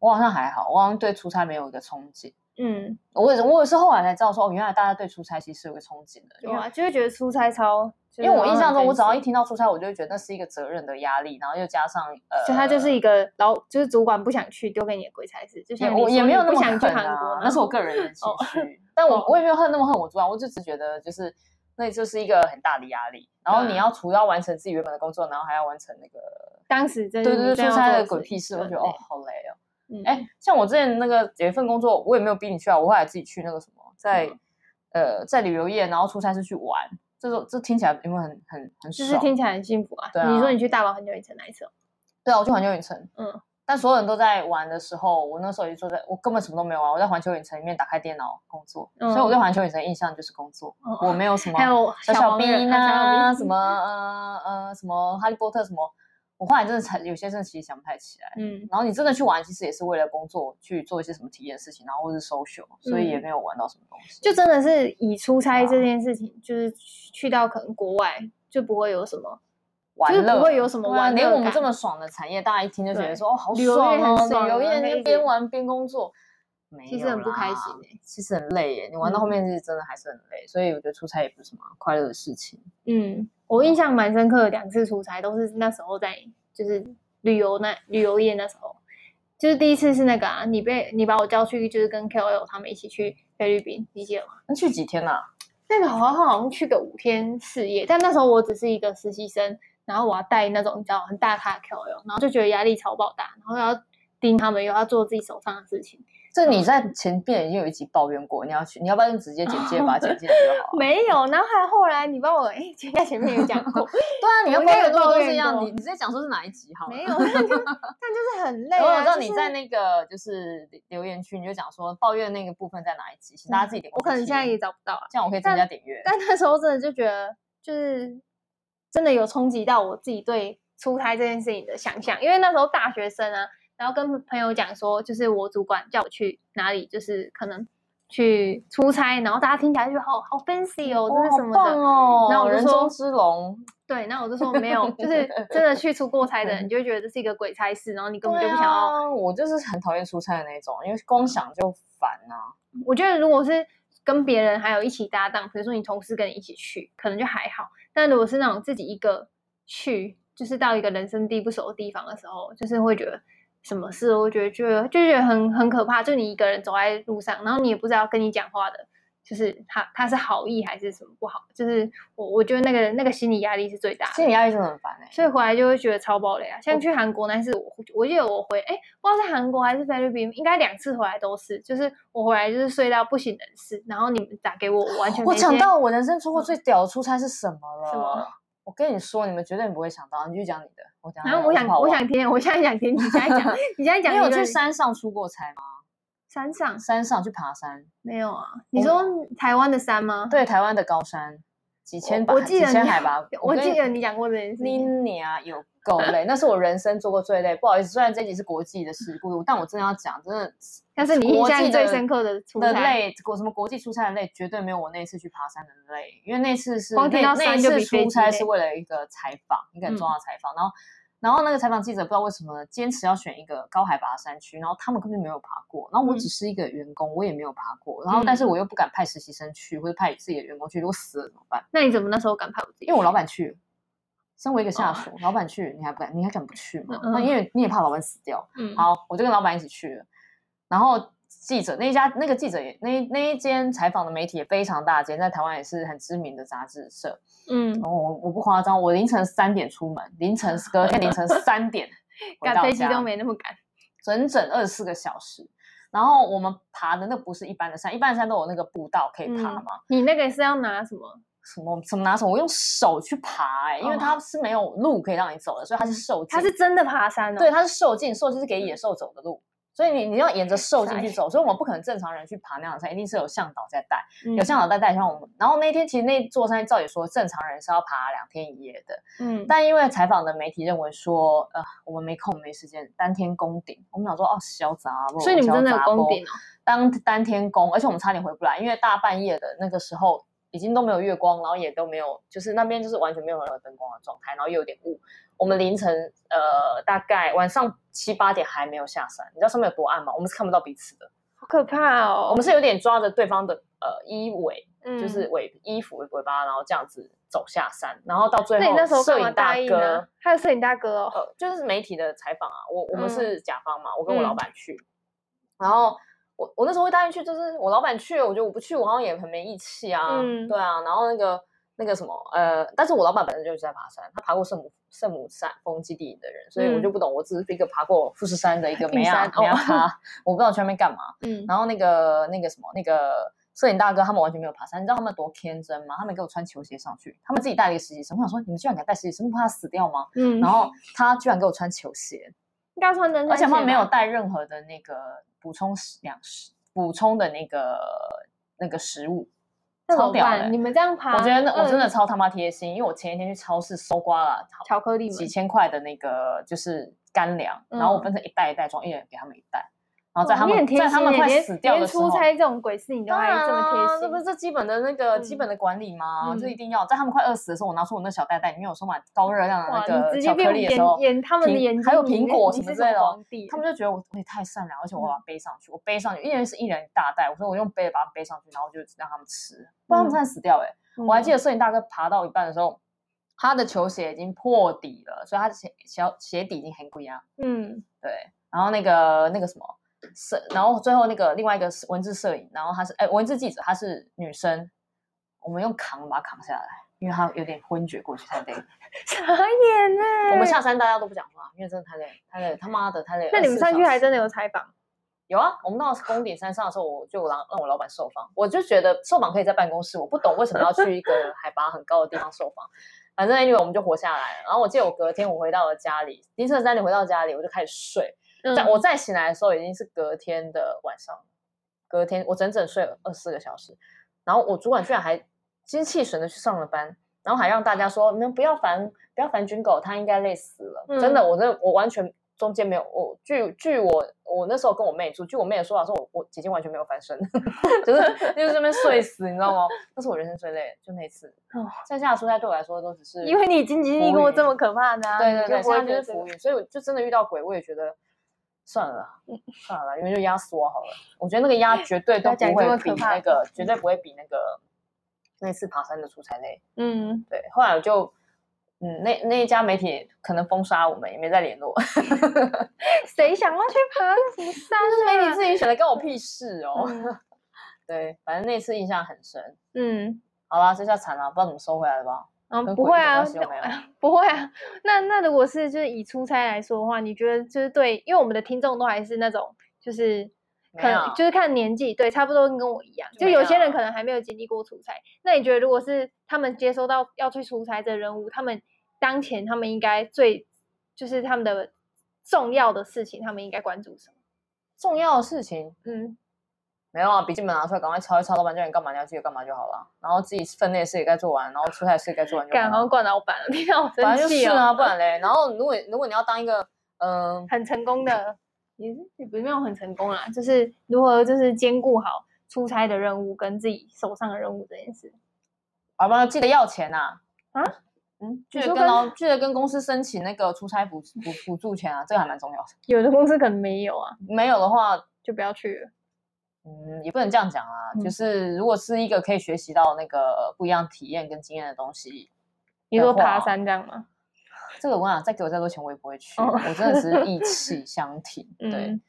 [SPEAKER 2] 我好像还好，我好像对出差没有一个憧憬。
[SPEAKER 1] 嗯，
[SPEAKER 2] 我也是，我也是后来才知道说，哦，原来大家对出差其实是有个憧憬的，因
[SPEAKER 1] 有
[SPEAKER 2] 为
[SPEAKER 1] 啊，就会觉得出差超，就
[SPEAKER 2] 因为
[SPEAKER 1] 是哦
[SPEAKER 2] 我印象中，我只要一
[SPEAKER 1] 很
[SPEAKER 2] 听到出差，我就会觉得那是一个责任的压力，然后又加上呃，
[SPEAKER 1] fancy 所以他就是一个老，就是主管不想去丢给你的鬼差事，就
[SPEAKER 2] 也
[SPEAKER 1] 像你
[SPEAKER 2] 我
[SPEAKER 1] 说
[SPEAKER 2] 也没有
[SPEAKER 1] 你
[SPEAKER 2] 那
[SPEAKER 1] 不
[SPEAKER 2] 么
[SPEAKER 1] 想去
[SPEAKER 2] 狠
[SPEAKER 1] 韩国
[SPEAKER 2] 啊
[SPEAKER 1] 嘛，，
[SPEAKER 2] 那是我个人 嗯的情
[SPEAKER 1] 哦
[SPEAKER 2] 绪，但
[SPEAKER 1] 哦
[SPEAKER 2] 我我也没有恨那么恨我主管，我就只觉得就是那就是一个很大的压力，然后
[SPEAKER 1] 对啊
[SPEAKER 2] 你要除了要完成自己原本的工作，然后还要完成那个。
[SPEAKER 1] 当时真
[SPEAKER 2] 嗯对
[SPEAKER 1] 的
[SPEAKER 2] 对对，出差的鬼屁事，我觉得哦，，好累哦。哎、
[SPEAKER 1] 哎，
[SPEAKER 2] 像我之前那个有一份工作，我也没有逼你去啊，我后来自己去那个什么，在、
[SPEAKER 1] 嗯
[SPEAKER 2] 呃在旅游业，然后出差是去玩，这种这听起来有没有很很很
[SPEAKER 1] 就是
[SPEAKER 2] 爽？
[SPEAKER 1] 听起来很幸福啊
[SPEAKER 2] 对。啊
[SPEAKER 1] 你说你去大阪很久以前那一次哦，
[SPEAKER 2] 对啊，我去环球影城，
[SPEAKER 1] 嗯，
[SPEAKER 2] 但所有人都在玩的时候，我那时候也就坐在，我根本什么都没有玩，我在环球影城里面打开电脑工作，
[SPEAKER 1] 嗯
[SPEAKER 2] 所以我对环球影城的印象就是工作，
[SPEAKER 1] 哦
[SPEAKER 2] 我没有什么
[SPEAKER 1] 还有小
[SPEAKER 2] 小小
[SPEAKER 1] 黄人
[SPEAKER 2] 兵
[SPEAKER 1] 啊
[SPEAKER 2] 啊，
[SPEAKER 1] 小小兵
[SPEAKER 2] 什么呃呃什么哈利波特什么，我后来真的才有些真的其实想不太起来。
[SPEAKER 1] 嗯，
[SPEAKER 2] 然后你真的去玩，其实也是为了工作去做一些什么体验的事情，然后或是 social，所以也
[SPEAKER 1] 嗯
[SPEAKER 2] 没有玩到什么东西。
[SPEAKER 1] 就真的是以出差
[SPEAKER 2] 啊
[SPEAKER 1] 这件事情，就是去到可能国外就不会有什么
[SPEAKER 2] 玩
[SPEAKER 1] 就是
[SPEAKER 2] 乐
[SPEAKER 1] 不会有什么
[SPEAKER 2] 对啊
[SPEAKER 1] 玩乐
[SPEAKER 2] 连我们
[SPEAKER 1] 感
[SPEAKER 2] 这么爽的产业，大家一听就觉
[SPEAKER 1] 对
[SPEAKER 2] 得说哦，好
[SPEAKER 1] 旅游业
[SPEAKER 2] 爽哦，
[SPEAKER 1] 很爽
[SPEAKER 2] 旅游
[SPEAKER 1] 然
[SPEAKER 2] 业
[SPEAKER 1] 后可以
[SPEAKER 2] 那
[SPEAKER 1] 一
[SPEAKER 2] 边
[SPEAKER 1] 直
[SPEAKER 2] 玩边工作，没
[SPEAKER 1] 其实
[SPEAKER 2] 有
[SPEAKER 1] 很不开
[SPEAKER 2] 啦
[SPEAKER 1] 心欸
[SPEAKER 2] 其实很累耶。你玩到后
[SPEAKER 1] 嗯
[SPEAKER 2] 面是真的还是很累，所以我觉得出差也不是什么快乐的事情。
[SPEAKER 1] 嗯，我印象蛮深刻的两次出差都是那时候在就是旅游那旅游业那时候，就是第一次是那个啊，你被你把我叫去就是跟 KOL 他们一起去菲律宾，理解吗？
[SPEAKER 2] 那去几天啊？
[SPEAKER 1] 那个好像好像去个五天四夜，但那时候我只是一个实习生，然后我要带那种你知道很大咖的 KOL，然后就觉得压力超爆大，然后要盯他们，又要做自己手上的事情。
[SPEAKER 2] 这你在前面已经有一集抱怨过，你要去，你要不要用直接简介 把它简介就好了？
[SPEAKER 1] 没有，然后还后来你帮我哎，应该前面有讲 过，
[SPEAKER 2] 对啊，你要
[SPEAKER 1] 我应
[SPEAKER 2] 抱
[SPEAKER 1] 该
[SPEAKER 2] 怨
[SPEAKER 1] 有
[SPEAKER 2] 多
[SPEAKER 1] 抱
[SPEAKER 2] 都
[SPEAKER 1] 怨
[SPEAKER 2] 是一样，
[SPEAKER 1] 过
[SPEAKER 2] 你你直接讲说是哪一集好了。
[SPEAKER 1] 没 有，但就但就是很累
[SPEAKER 2] 我
[SPEAKER 1] 啊。
[SPEAKER 2] 有知道
[SPEAKER 1] 就
[SPEAKER 2] 你
[SPEAKER 1] 是
[SPEAKER 2] 在那个就是留言区，你就讲说抱怨那个部分在哪一集，请大家自己点
[SPEAKER 1] 嗯
[SPEAKER 2] 过
[SPEAKER 1] 我
[SPEAKER 2] 去
[SPEAKER 1] 可
[SPEAKER 2] 听。
[SPEAKER 1] 能现在也找不到了，
[SPEAKER 2] 这样我可以增加点阅。
[SPEAKER 1] 但那时候真的就觉得，就是真的有冲击到我自己对出差这件事情的想象，因为那时候大学生啊，然后跟朋友讲说，就是我主管叫我去哪里，就是可能去出差，然后大家听起来就好好 fancy 哦，这是什么
[SPEAKER 2] 哦好棒
[SPEAKER 1] 的，
[SPEAKER 2] 哦，
[SPEAKER 1] 然后我就
[SPEAKER 2] 人
[SPEAKER 1] 说
[SPEAKER 2] 中之龙，
[SPEAKER 1] 对，那我就说没有，就是真的去出过差 的人，你就会觉得这是一个鬼差事，然后你根本就
[SPEAKER 2] 对
[SPEAKER 1] 不想要
[SPEAKER 2] 啊，我就是很讨厌出差的那种，因为光想就烦啊。
[SPEAKER 1] 我觉得如果是跟别人还有一起搭档，比如说你同事跟你一起去，可能就还好。但如果是那种自己一个去，就是到一个人生地不熟的地方的时候，就是会觉得什么事，我觉得觉得就觉得很很可怕。就你一个人走在路上，然后你也不知道跟你讲话的，就是他他是好意还是什么不好，就是我我觉得那个那个心理压力是最大的。
[SPEAKER 2] 心理压力真的很烦哎、
[SPEAKER 1] 所以回来就会觉得超爆雷啊！
[SPEAKER 2] 哦
[SPEAKER 1] 像去韩国那次，我我记得我回哎、不知道是韩国还是菲律宾，应该两次回来都是，就是我回来就是睡到不省人事，然后你们打给我，我完全
[SPEAKER 2] 哦我
[SPEAKER 1] 没
[SPEAKER 2] 想
[SPEAKER 1] 接
[SPEAKER 2] 到我人生出过最屌的出差是什么了？
[SPEAKER 1] 什么？
[SPEAKER 2] 我跟你说，你们绝对不会想到，你去讲你的。我讲，
[SPEAKER 1] 然啊后我想
[SPEAKER 2] 怕
[SPEAKER 1] 我
[SPEAKER 2] 忘
[SPEAKER 1] 想听，我现在想听，你现在 讲，你现在讲
[SPEAKER 2] 你
[SPEAKER 1] 一
[SPEAKER 2] 哦有
[SPEAKER 1] 个，
[SPEAKER 2] 去山上出过差吗？
[SPEAKER 1] 山上
[SPEAKER 2] 山上去爬山，
[SPEAKER 1] 没有啊？你说台湾的山吗？
[SPEAKER 2] 哦对，台湾的高山，几千
[SPEAKER 1] 我
[SPEAKER 2] 吧，
[SPEAKER 1] 我记
[SPEAKER 2] 几
[SPEAKER 1] 得你
[SPEAKER 2] 千海拔。
[SPEAKER 1] 我
[SPEAKER 2] 跟
[SPEAKER 1] 记得你讲过这件事
[SPEAKER 2] 你
[SPEAKER 1] 情。
[SPEAKER 2] 娘有够累，那是我人生做过最累。不好意思，虽然这集是国际的事故，但我真的要讲，真的，
[SPEAKER 1] 但是你印
[SPEAKER 2] 国
[SPEAKER 1] 象
[SPEAKER 2] 际
[SPEAKER 1] 最深刻的出
[SPEAKER 2] 的
[SPEAKER 1] 差
[SPEAKER 2] 累，国什么国际出差的累，绝对没有我那一次去爬山的累，因为那次是
[SPEAKER 1] 光听到
[SPEAKER 2] 那那
[SPEAKER 1] 山
[SPEAKER 2] 一
[SPEAKER 1] 就比
[SPEAKER 2] 次
[SPEAKER 1] 飞
[SPEAKER 2] 出
[SPEAKER 1] 机
[SPEAKER 2] 差
[SPEAKER 1] 累嗯
[SPEAKER 2] 是为了一个采访，一个很重要的采访，然后。然后那个采访记者不知道为什么坚持要选一个高海拔的山区，然后他们根本没有爬过，然后我
[SPEAKER 1] 嗯
[SPEAKER 2] 只是一个员工，我也没有爬过，然后但是我又不敢派实习生去，或者派自己的员工去，如果死了怎么办？
[SPEAKER 1] 那你怎么那时候敢拍我自己？
[SPEAKER 2] 因为我老板去，身为一个下属，老板去，你还不敢，你还敢不去吗？
[SPEAKER 1] 哦嗯嗯
[SPEAKER 2] 那因为你也怕老板死掉。
[SPEAKER 1] 嗯，
[SPEAKER 2] 好，我就跟老板一起去了，然后记者那一家那个记者也那一那一间采访的媒体也非常大间，在台湾也是很知名的杂志社。
[SPEAKER 1] 嗯，
[SPEAKER 2] 然后我我不夸张，我凌晨三点出门，凌晨隔天凌晨 三点回
[SPEAKER 1] 赶
[SPEAKER 2] 到
[SPEAKER 1] 飞机
[SPEAKER 2] 家，
[SPEAKER 1] 都没那么赶。
[SPEAKER 2] 整整二十四个小时。然后我们爬的那不是一般的山，一般的山都有那个步道可以爬
[SPEAKER 1] 嗯
[SPEAKER 2] 嘛，
[SPEAKER 1] 你那个是要拿什么？
[SPEAKER 2] 什么什么拿什么，我用手去爬、欸，因为
[SPEAKER 1] 哦
[SPEAKER 2] 它是没有路可以让你走的，所以它是
[SPEAKER 1] 嗯
[SPEAKER 2] 受禁。
[SPEAKER 1] 它是真的爬山哦。嗯
[SPEAKER 2] 对，它是受禁，受禁是给野兽走的路，所以你你要
[SPEAKER 1] 哎
[SPEAKER 2] 沿着兽进去
[SPEAKER 1] 塞
[SPEAKER 2] 走，所以我们不可能正常人去爬那样的山，一定是有向导在带，有
[SPEAKER 1] 有
[SPEAKER 2] 向导在带，像我们。然后那天其实那座山照理说正常人是要爬两天一夜的，
[SPEAKER 1] 嗯，
[SPEAKER 2] 但因为采访的媒体认为说，呃，我们没空没时间，单天攻顶。我们想说，哦，小杂不？
[SPEAKER 1] 所以你们真的有
[SPEAKER 2] 小杂不
[SPEAKER 1] 攻顶哦？
[SPEAKER 2] 当单天攻，而且我们差点回不来，因为大半夜的那个时候已经都没有月光，然后也都没有，就是那边就是完全没有任何灯光的状态，然后又有点雾。我们凌晨呃大概晚上七八点还没有下山，你知道上面有多暗吗？我们是看不到彼此的，
[SPEAKER 1] 好可怕
[SPEAKER 2] 我
[SPEAKER 1] 哦！
[SPEAKER 2] 们是有点抓着对方的呃衣尾，
[SPEAKER 1] 嗯
[SPEAKER 2] 就是尾衣服尾巴，然后这样子走下山，然后到最
[SPEAKER 1] 那你
[SPEAKER 2] 后
[SPEAKER 1] 那时候
[SPEAKER 2] 摄
[SPEAKER 1] 干嘛
[SPEAKER 2] 影大
[SPEAKER 1] 答应
[SPEAKER 2] 哥
[SPEAKER 1] 呢？。还有摄影大哥哦，
[SPEAKER 2] 呃，就是媒体的采访啊，我我们
[SPEAKER 1] 嗯
[SPEAKER 2] 是甲方嘛，我跟我老
[SPEAKER 1] 嗯
[SPEAKER 2] 板去，然后我我那时候会答应去，就是我老板去，我觉得我不去，我好像也很没义气啊，
[SPEAKER 1] 嗯
[SPEAKER 2] 对啊，然后那个那个什么，呃，但是我老板本身就是在爬山，他爬过圣母圣母山峰基地的人，所以我
[SPEAKER 1] 嗯
[SPEAKER 2] 就不懂，我只是一个爬过富士 山的一个
[SPEAKER 1] 硬
[SPEAKER 2] 梅亚
[SPEAKER 1] 山
[SPEAKER 2] 梅亚
[SPEAKER 1] 哦
[SPEAKER 2] 咖， 我不知道去那边干嘛，
[SPEAKER 1] 嗯，
[SPEAKER 2] 然后那个那个什么那个。摄影大哥他们完全没有爬山，你知道他们多天真吗？他们给我穿球鞋上去，他们自己带了一个实习生。我想说，你们居然敢带实习生，不怕他死掉吗？
[SPEAKER 1] 嗯，
[SPEAKER 2] 然后他居然给我穿球鞋，
[SPEAKER 1] 应该穿登山
[SPEAKER 2] 而且他
[SPEAKER 1] 鞋
[SPEAKER 2] 没有
[SPEAKER 1] 吧
[SPEAKER 2] 带任何的那个补充食粮食补充的那个那个食物，
[SPEAKER 1] 那怎
[SPEAKER 2] 超
[SPEAKER 1] 么
[SPEAKER 2] 屌的
[SPEAKER 1] 办？你
[SPEAKER 2] 欸。
[SPEAKER 1] 们这样爬，
[SPEAKER 2] 我觉得那我真
[SPEAKER 1] 嗯
[SPEAKER 2] 的超他妈贴心，因为我前一天去超市搜刮了好
[SPEAKER 1] 巧克力
[SPEAKER 2] 几
[SPEAKER 1] 们
[SPEAKER 2] 千块的那个就是干粮，然后我分成一袋一袋装，一人给他们一袋，然后在
[SPEAKER 1] 嗯哦
[SPEAKER 2] 他
[SPEAKER 1] 你
[SPEAKER 2] 们
[SPEAKER 1] 很贴
[SPEAKER 2] 在他
[SPEAKER 1] 心
[SPEAKER 2] 们
[SPEAKER 1] 耶
[SPEAKER 2] 快
[SPEAKER 1] 连
[SPEAKER 2] 死掉的
[SPEAKER 1] 连
[SPEAKER 2] 时候
[SPEAKER 1] 出，差这种鬼事你都
[SPEAKER 2] 当
[SPEAKER 1] 还
[SPEAKER 2] 然
[SPEAKER 1] 这么贴
[SPEAKER 2] 啊
[SPEAKER 1] 心，
[SPEAKER 2] 这不是这基本的那个基
[SPEAKER 1] 嗯
[SPEAKER 2] 本的管理吗？这
[SPEAKER 1] 嗯
[SPEAKER 2] 一定要在他们快饿死的时候，我拿出我那小袋袋里面有充满高热量的
[SPEAKER 1] 哇，
[SPEAKER 2] 那
[SPEAKER 1] 你
[SPEAKER 2] 个
[SPEAKER 1] 直
[SPEAKER 2] 巧
[SPEAKER 1] 接
[SPEAKER 2] 克
[SPEAKER 1] 变
[SPEAKER 2] 力的时候
[SPEAKER 1] 眼，眼他们的
[SPEAKER 2] 苹
[SPEAKER 1] 眼睛
[SPEAKER 2] 还有
[SPEAKER 1] 里
[SPEAKER 2] 苹
[SPEAKER 1] 面
[SPEAKER 2] 果
[SPEAKER 1] 你
[SPEAKER 2] 什
[SPEAKER 1] 是
[SPEAKER 2] 么之
[SPEAKER 1] 什么
[SPEAKER 2] 类的哦
[SPEAKER 1] 皇帝
[SPEAKER 2] 他
[SPEAKER 1] 耶
[SPEAKER 2] 们就觉得我我也太善良，而
[SPEAKER 1] 嗯
[SPEAKER 2] 且我把它背上去，我背上去，因为是一人一大袋，我说我用背的把它背上去，然后就让他们吃，不然他们
[SPEAKER 1] 嗯
[SPEAKER 2] 真的死掉哎、我还记
[SPEAKER 1] 得，
[SPEAKER 2] 得摄影大哥爬到一半的时候，他的球鞋已经破底了，所以他的鞋小鞋底已经很贵啊。
[SPEAKER 1] 嗯，
[SPEAKER 2] 对，然后那个那个什么摄，然后最后那个另外一个是文字摄影，然后她是哎文字记者，她是女生，我们用扛把她扛下来，因为她有点昏厥过去，太累了。
[SPEAKER 1] 傻眼呢。
[SPEAKER 2] 我们下山大家都不讲话，因为真的太累了，太累了，他妈的太累了。
[SPEAKER 1] 那你们
[SPEAKER 2] 24
[SPEAKER 1] 上去还
[SPEAKER 2] 小时
[SPEAKER 1] 真的有采访，
[SPEAKER 2] 有啊？我们到宫顶山上的时候，我就让让我老板受访，我就觉得受访可以在办公室，我不懂为什么要去一个海拔很高的地方受访。反正 anyway 我们就活下来了。然后我记得我隔天我回到了家里，凌晨三点回到家里，我就开始睡。在、
[SPEAKER 1] 嗯
[SPEAKER 2] 我再醒来的时候已经是隔天的晚上，隔天我整整睡了二十四个小时。然后我主管居然还精气神的去上了班，然后还让大家说你们不要烦不要烦军狗，他应该累死了。真
[SPEAKER 1] 嗯
[SPEAKER 2] 的，我真的我完全中间没有我据据我我那时候跟我妹住，据我妹的说法说我我姐姐完全没有翻身， 就是就是这边睡死，你知道吗？那是我人生最累的，就那一次
[SPEAKER 1] 哦。
[SPEAKER 2] 剩下的出差对我来说都只是
[SPEAKER 1] 因为你已经经历过
[SPEAKER 2] 浮云
[SPEAKER 1] 这么可怕的啊，
[SPEAKER 2] 对对
[SPEAKER 1] 你
[SPEAKER 2] 对，
[SPEAKER 1] 不会
[SPEAKER 2] 现在就是
[SPEAKER 1] 觉得
[SPEAKER 2] 浮云，所以我就真的遇到鬼，我也觉得算了，算了，因为就压死我好了。我觉得那个压绝对
[SPEAKER 1] 嗯不
[SPEAKER 2] 都
[SPEAKER 1] 要讲
[SPEAKER 2] 不
[SPEAKER 1] 这
[SPEAKER 2] 会
[SPEAKER 1] 么
[SPEAKER 2] 比
[SPEAKER 1] 可怕
[SPEAKER 2] 那
[SPEAKER 1] 的
[SPEAKER 2] 个，绝对不会比那个那次爬山的出差累。
[SPEAKER 1] 嗯，
[SPEAKER 2] 对，后来我就。嗯，那那一家媒体可能封杀我们，也没再联络。
[SPEAKER 1] 谁想要去爬什么山
[SPEAKER 2] 媒体
[SPEAKER 1] 啊？
[SPEAKER 2] 自己选的，关我屁事哦。
[SPEAKER 1] 嗯
[SPEAKER 2] 对，反正那次印象很深。
[SPEAKER 1] 嗯，
[SPEAKER 2] 好啦，这下惨了，不知道怎么收回来了吧？
[SPEAKER 1] 嗯，
[SPEAKER 2] 跟
[SPEAKER 1] 不
[SPEAKER 2] 鬼
[SPEAKER 1] 会
[SPEAKER 2] 一点
[SPEAKER 1] 啊
[SPEAKER 2] 关，系都没有。
[SPEAKER 1] 不会啊。那那如果是就是以出差来说的话，你觉得就是对，因为我们的听众都还是那种就是
[SPEAKER 2] 没
[SPEAKER 1] 可
[SPEAKER 2] 有
[SPEAKER 1] 能就是看年纪，对，差不多跟我一样。
[SPEAKER 2] 就
[SPEAKER 1] 就
[SPEAKER 2] 没
[SPEAKER 1] 有
[SPEAKER 2] 有
[SPEAKER 1] 些人
[SPEAKER 2] 啊
[SPEAKER 1] 可能还没有经历过出差，那你觉得如果是他们接收到要去出差的任务，他们当前他们应该最就是他们的重要的事情，他们应该关注什么？
[SPEAKER 2] 重要的事情，
[SPEAKER 1] 嗯，
[SPEAKER 2] 没有啊，笔记本拿出来，赶快抄一抄，老板叫你干嘛你要记得干嘛就好了。然后自己分内的事也该做完，然后出差的事也该做完就
[SPEAKER 1] 感
[SPEAKER 2] 好
[SPEAKER 1] 好像
[SPEAKER 2] 了。
[SPEAKER 1] 惯老板了， 听到我
[SPEAKER 2] 啊反正
[SPEAKER 1] 生
[SPEAKER 2] 就是
[SPEAKER 1] 气哦。
[SPEAKER 2] 啊，不然嘞。然后如果如果你要当一个嗯、呃
[SPEAKER 1] 很成功的，也是也不是没有很成功啦，就是如何就是兼顾好出差的任务跟自己手上的任务这件事。
[SPEAKER 2] 好吧，记得要钱呐、
[SPEAKER 1] 啊
[SPEAKER 2] 嗯，记
[SPEAKER 1] 你
[SPEAKER 2] 得
[SPEAKER 1] 说
[SPEAKER 2] 跟
[SPEAKER 1] 跟
[SPEAKER 2] 老记得跟公司申请那个出差补补补助钱啊，这个还蛮重要的。
[SPEAKER 1] 有的公司可能没有啊，
[SPEAKER 2] 没有的话，
[SPEAKER 1] 就不要去了。
[SPEAKER 2] 嗯，也不能这样讲啊。
[SPEAKER 1] 嗯
[SPEAKER 2] 就是如果是一个可以学习到那个不一样体验跟经验的东西，
[SPEAKER 1] 你说
[SPEAKER 2] 的话啊
[SPEAKER 1] 爬山这样吗？
[SPEAKER 2] 这个我跟你讲，再给我再多钱我也不会去，
[SPEAKER 1] 哦
[SPEAKER 2] 我真的只是意气相挺。对
[SPEAKER 1] 嗯，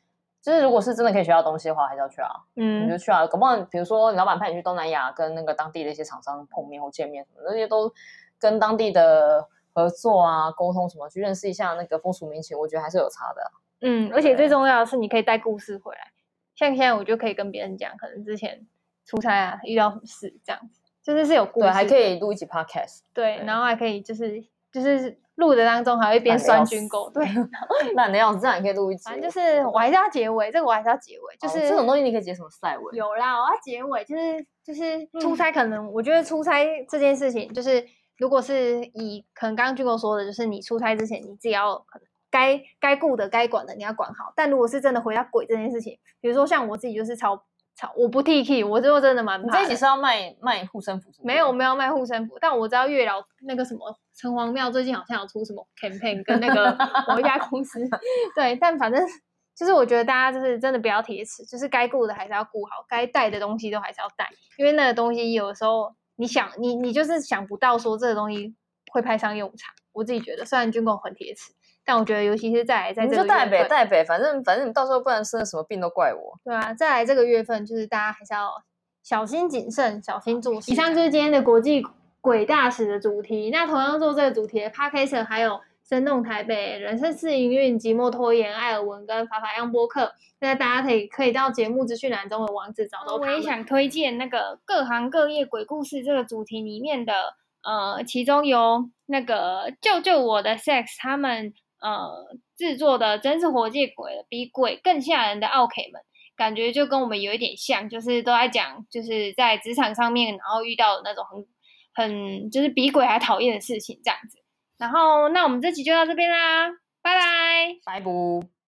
[SPEAKER 2] 就是如果是真的可以学到东西的话，还是要去啊。你就
[SPEAKER 1] 嗯，
[SPEAKER 2] 去啊，搞不好比如说你老板派你去东南亚，跟那个当地的一些厂商碰面或见面什么的，那些都跟当地的合作啊、沟通什么，去认识一下那个风俗民情，我觉得还是有差的啊、
[SPEAKER 1] 嗯，而且最重要的是你可以带故事回来。像现在我就可以跟别人讲，可能之前出差啊遇到什么事这样子，就是是有故事
[SPEAKER 2] 对，
[SPEAKER 1] 的，
[SPEAKER 2] 还可以录一集 podcast，
[SPEAKER 1] 对，
[SPEAKER 2] 对
[SPEAKER 1] 然后还可以就是就是录的当中还会一边酸军狗，对，
[SPEAKER 2] 懒得要死，这样也可以录一集。
[SPEAKER 1] 反正就是我还是要结尾，这个我还是要结尾，就是、
[SPEAKER 2] 哦这种东西你可以解什么赛尾？嗯
[SPEAKER 1] 有啦，我要结尾就是就是出差，可能、我觉得出差这件事情，就是如果是以可能刚刚军哥说的，就是你出差之前你自己要可能该该顾的、该管的你要管好。但如果是真的回到鬼这件事情，比如说像我自己就是超超，我不 T K，我就真的蛮
[SPEAKER 2] 你
[SPEAKER 1] 怕的。
[SPEAKER 2] 这一集是要卖卖护身符是不是？
[SPEAKER 1] 没有，我们要卖护身符，但我知道月老那个什么城隍庙最近好像有出什么 campaign，跟那 个某一家公司，对，但反正就是我觉得大家就是真的不要铁齿，就是该顾的还是要顾好，该带的东西都还是要带，因为那个东西有时候你想你你就是想不到说这个东西会派上用场，我自己觉得，虽然军购很铁齿，但我觉得尤其是在在
[SPEAKER 2] 你
[SPEAKER 1] 这
[SPEAKER 2] 就
[SPEAKER 1] 个
[SPEAKER 2] 带
[SPEAKER 1] 月
[SPEAKER 2] 北
[SPEAKER 1] 份
[SPEAKER 2] 带北，反正反正你到时候不然生了什么病都怪我。
[SPEAKER 1] 对啊，再来这个月份，就是大家还是要小心谨慎，小心做事。以啊上就是今天的国际鬼大使的主题。那同样做这个主题的 p a d c a s t 还有生动台北、人生试营运、寂寞拖延、艾尔文跟法法样播客，那大家可以可以到节目资讯栏中的网址找到
[SPEAKER 3] 我
[SPEAKER 1] 他
[SPEAKER 3] 也
[SPEAKER 1] 们。
[SPEAKER 3] 想推荐那个各行各业鬼故事这个主题里面的，呃，其中有那个救救我的 sex 他们呃制作的真是活见鬼了，比鬼更吓人的奥 K 们，感觉就跟我们有一点像，就是都在讲就是在职场上面，然后遇到的那种很很就是比鬼还讨厌的事情这样子。然后那我们这期就到这边啦，拜拜。
[SPEAKER 2] 拜不。